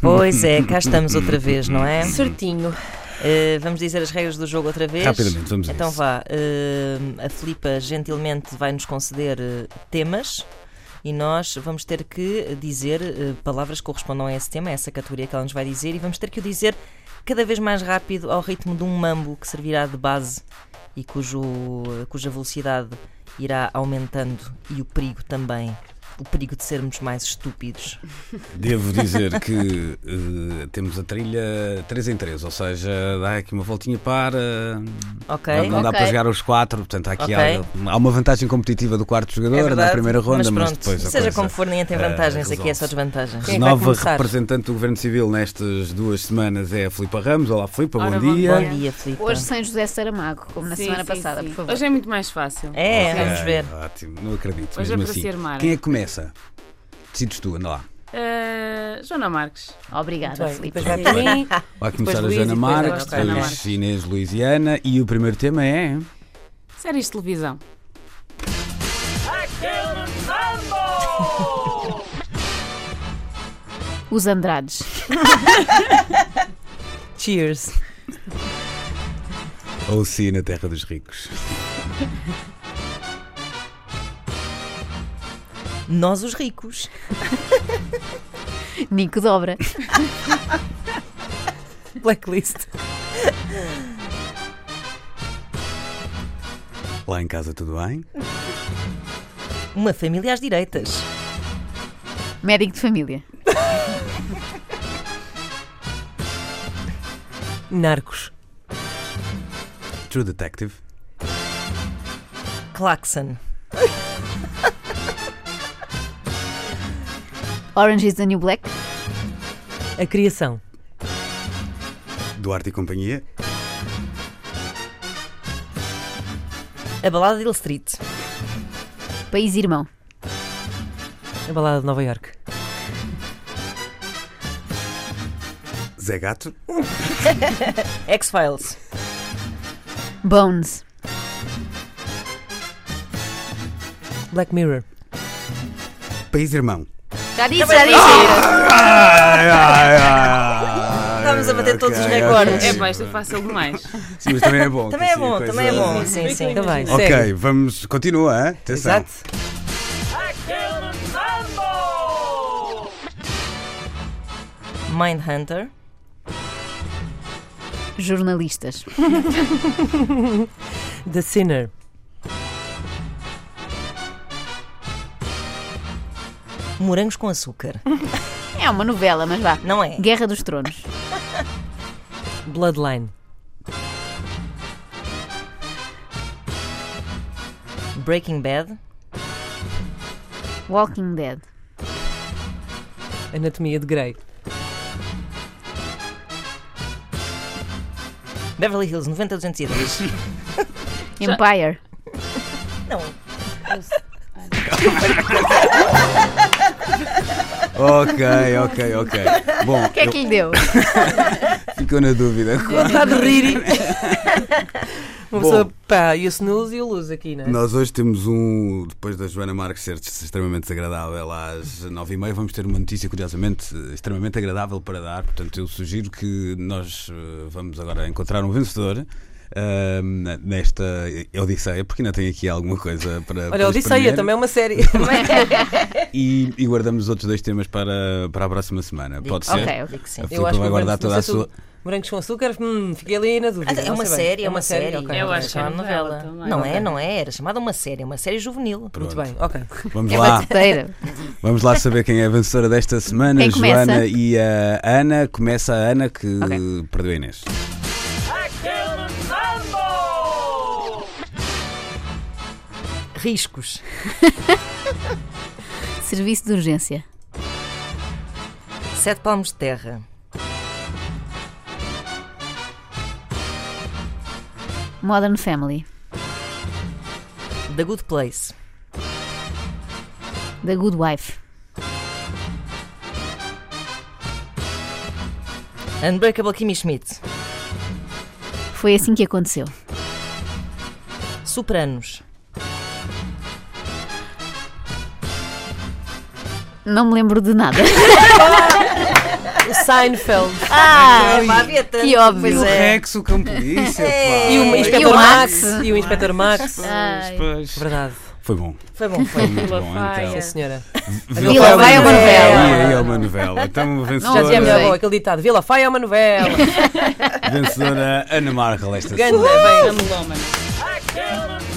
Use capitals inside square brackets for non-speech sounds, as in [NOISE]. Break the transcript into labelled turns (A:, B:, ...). A: Pois é, cá estamos outra vez, não é?
B: Certinho.
A: Eh, vamos dizer as regras do jogo outra vez.
C: Rapidamente, vamos a
A: Então
C: isso.
A: vá, eh, a Filipa gentilmente vai nos conceder eh, temas e nós vamos ter que dizer eh, palavras que correspondam a esse tema, a essa categoria que ela nos vai dizer, e vamos ter que o dizer cada vez mais rápido ao ritmo de um mambo que servirá de base e cujo, cuja velocidade irá aumentando e o perigo também. O perigo de sermos mais estúpidos.
C: Devo dizer que eh, temos a trilha 3 em 3, ou seja, dá aqui uma voltinha para.
A: Ok?
C: Não, não dá
B: Ok.
C: para jogar os 4, portanto há aqui
A: Ok.
C: algo- há uma vantagem competitiva do quarto
A: É
C: jogador na
A: verdade,
C: primeira ronda, mas,
A: mas, pronto,
C: depois a
A: seja
C: coisa
A: como for, ninguém tem
C: eh,
A: vantagens, aqui é só
C: resolve-se.
A: desvantagens.
B: Quem é que vai
C: Nova
B: começar?
C: representante do Governo Civil nestas duas semanas é a Filipa Ramos. Olá, Filipa,
D: Ora,
C: bom
D: bom
C: dia.
A: Bom dia, Filipe.
E: Hoje sem José Saramago, como na
D: Sim,
E: semana
D: sim,
E: passada,
D: sim.
E: por favor.
D: Hoje é muito mais fácil.
A: É,
C: Ok,
A: vamos ver.
C: Ótimo, não acredito.
D: Hoje é
C: mesmo
D: para
C: assim.
D: ser mar.
C: Quem é que começa? Decides tu, anda lá.
D: Eh, Joana Marques.
E: Obrigada,
B: Muito bem,
E: Filipe.
B: depois vai
D: Para mim,
C: Vai começar
D: Luís
C: a Joana
D: e depois
C: Marques,
D: agora Joana
C: depois
D: Marques.
C: Inês Luisiana e o primeiro tema é.
D: séries de televisão.
E: Os Andrades. [LAUGHS]
A: Cheers.
C: Ou se na Terra dos Ricos.
A: Nós os ricos.
E: Nico Dobra.
A: Blacklist.
C: Lá em casa tudo bem?
A: Uma família às direitas.
E: Médico de família.
B: Narcos.
C: True Detective.
A: Claxon.
E: Orange is the New Black.
B: A criação.
C: Duarte e Companhia.
A: A balada de Hill Street.
E: País Irmão.
B: A balada de Nova York.
C: Zé Gato.
A: X-Files.
E: Bones.
B: Black Mirror.
C: País Irmão.
E: Já disse, já disse.
A: Estamos a bater todos os
C: ok,
A: recordes.
C: ok.
D: É pá, isto é fácil demais.
C: Sim, mas também é bom.
A: Também
C: que
A: é
C: assim a
A: bom,
C: coisa-
A: também é bom. Sim, sim.
B: Tá bem.
C: Ok, então.
B: segue.
C: vamos. Continua, hein? Atenção.
B: Exato.
A: Mindhunter.
E: Ah! Jornalistas.
B: The Sinner.
A: Morangos com açúcar.
E: É uma novela, mas vá.
A: Não é?
E: Guerra dos Tronos.
B: [LAUGHS] Bloodline.
A: Breaking Bad.
E: Walking Dead.
B: Anatomia de Grey.
A: Beverly Hills 90210.
E: Empire.
A: Não.
C: Ok,
A: [LAUGHS]
C: ok, ok. Bom,
E: O que é que lhe deu?
C: ficou na dúvida.
B: Vontade de
A: [LAUGHS]
B: rir. Uma
C: Bom.
B: pessoa, pá, e o snooze e o luz aqui, não é?
C: Nós hoje temos um, depois da Joana Marques ser extremamente desagradável às 9h30, vamos ter uma notícia, curiosamente, extremamente agradável para dar. Portanto, eu sugiro que nós eh, vamos agora encontrar um vencedor. ah, na- nesta Odisseia, porque ainda tem aqui alguma coisa para. para
B: Olha, Odisseia
C: espremer.
B: também é um- uma série.
C: E, e guardamos os outros dois temas para, para a próxima semana. Pode ser?
E: Ok, ok.
A: Digo que sim.
C: A
B: Eu
C: Filipa
B: acho que
C: vai
B: o
C: guardar
B: morangos-
C: toda
B: não
C: a
B: sei se o
C: sua.
B: Morangos com açúcar, hum, fiquei ali na dúvida.
A: Ah, é
B: não
A: uma
B: sei bem.
A: série, é uma série.
B: ok.
D: Eu
A: Era
D: acho que
A: chamada
D: é uma novela também.
A: Não
D: Ok.
A: é, não é. Era chamada uma série, uma série juvenil.
C: Pronto.
B: Muito
A: [LAUGHS]
B: bem, ok.
C: Vamos
E: É
C: lá.
E: batedeira.
C: Vamos lá saber quem é a vencedora desta semana,
E: Quem começa?
C: Joana e a Ana. Começa a Ana que perdeu a Inês.
A: Riscos.
E: Serviço de urgência.
A: Sete palmos de terra.
E: Modern Family.
A: The Good Place.
E: The Good Wife.
A: Unbreakable Kimmy Schmidt.
E: Foi assim que aconteceu.
A: Sopranos.
E: Não me lembro de nada.
B: O Seinfeld.
A: Ah,
C: Ai,
A: uma aveta.
E: que óbvio.
A: Pois
C: O
A: é.
C: Rex, o
E: [LAUGHS]
C: cão polícia. pá.
B: E o
A: E
B: Inspector
E: É. o
B: Max.
E: Max.
B: E
A: [LAUGHS]
B: o Inspector Max.
E: Ai.
C: Pois.
B: Verdade.
C: Foi bom.
A: Foi bom, foi.
C: Foi muito
D: Vila
C: bom.
D: Faia.
C: Então.
B: Sim, senhora.
E: Vila Faia é uma novela.
C: Aí é uma novela. Então,
E: Já
B: Sim,
E: temos
B: é
C: vencedora,
E: aí.
B: melhor aquele ditado. Vila Faia é uma novela. [LAUGHS]
C: vencedora Ana Markel esta
B: Ganda,
C: semana.
B: bem.
D: Melómano.
F: I can't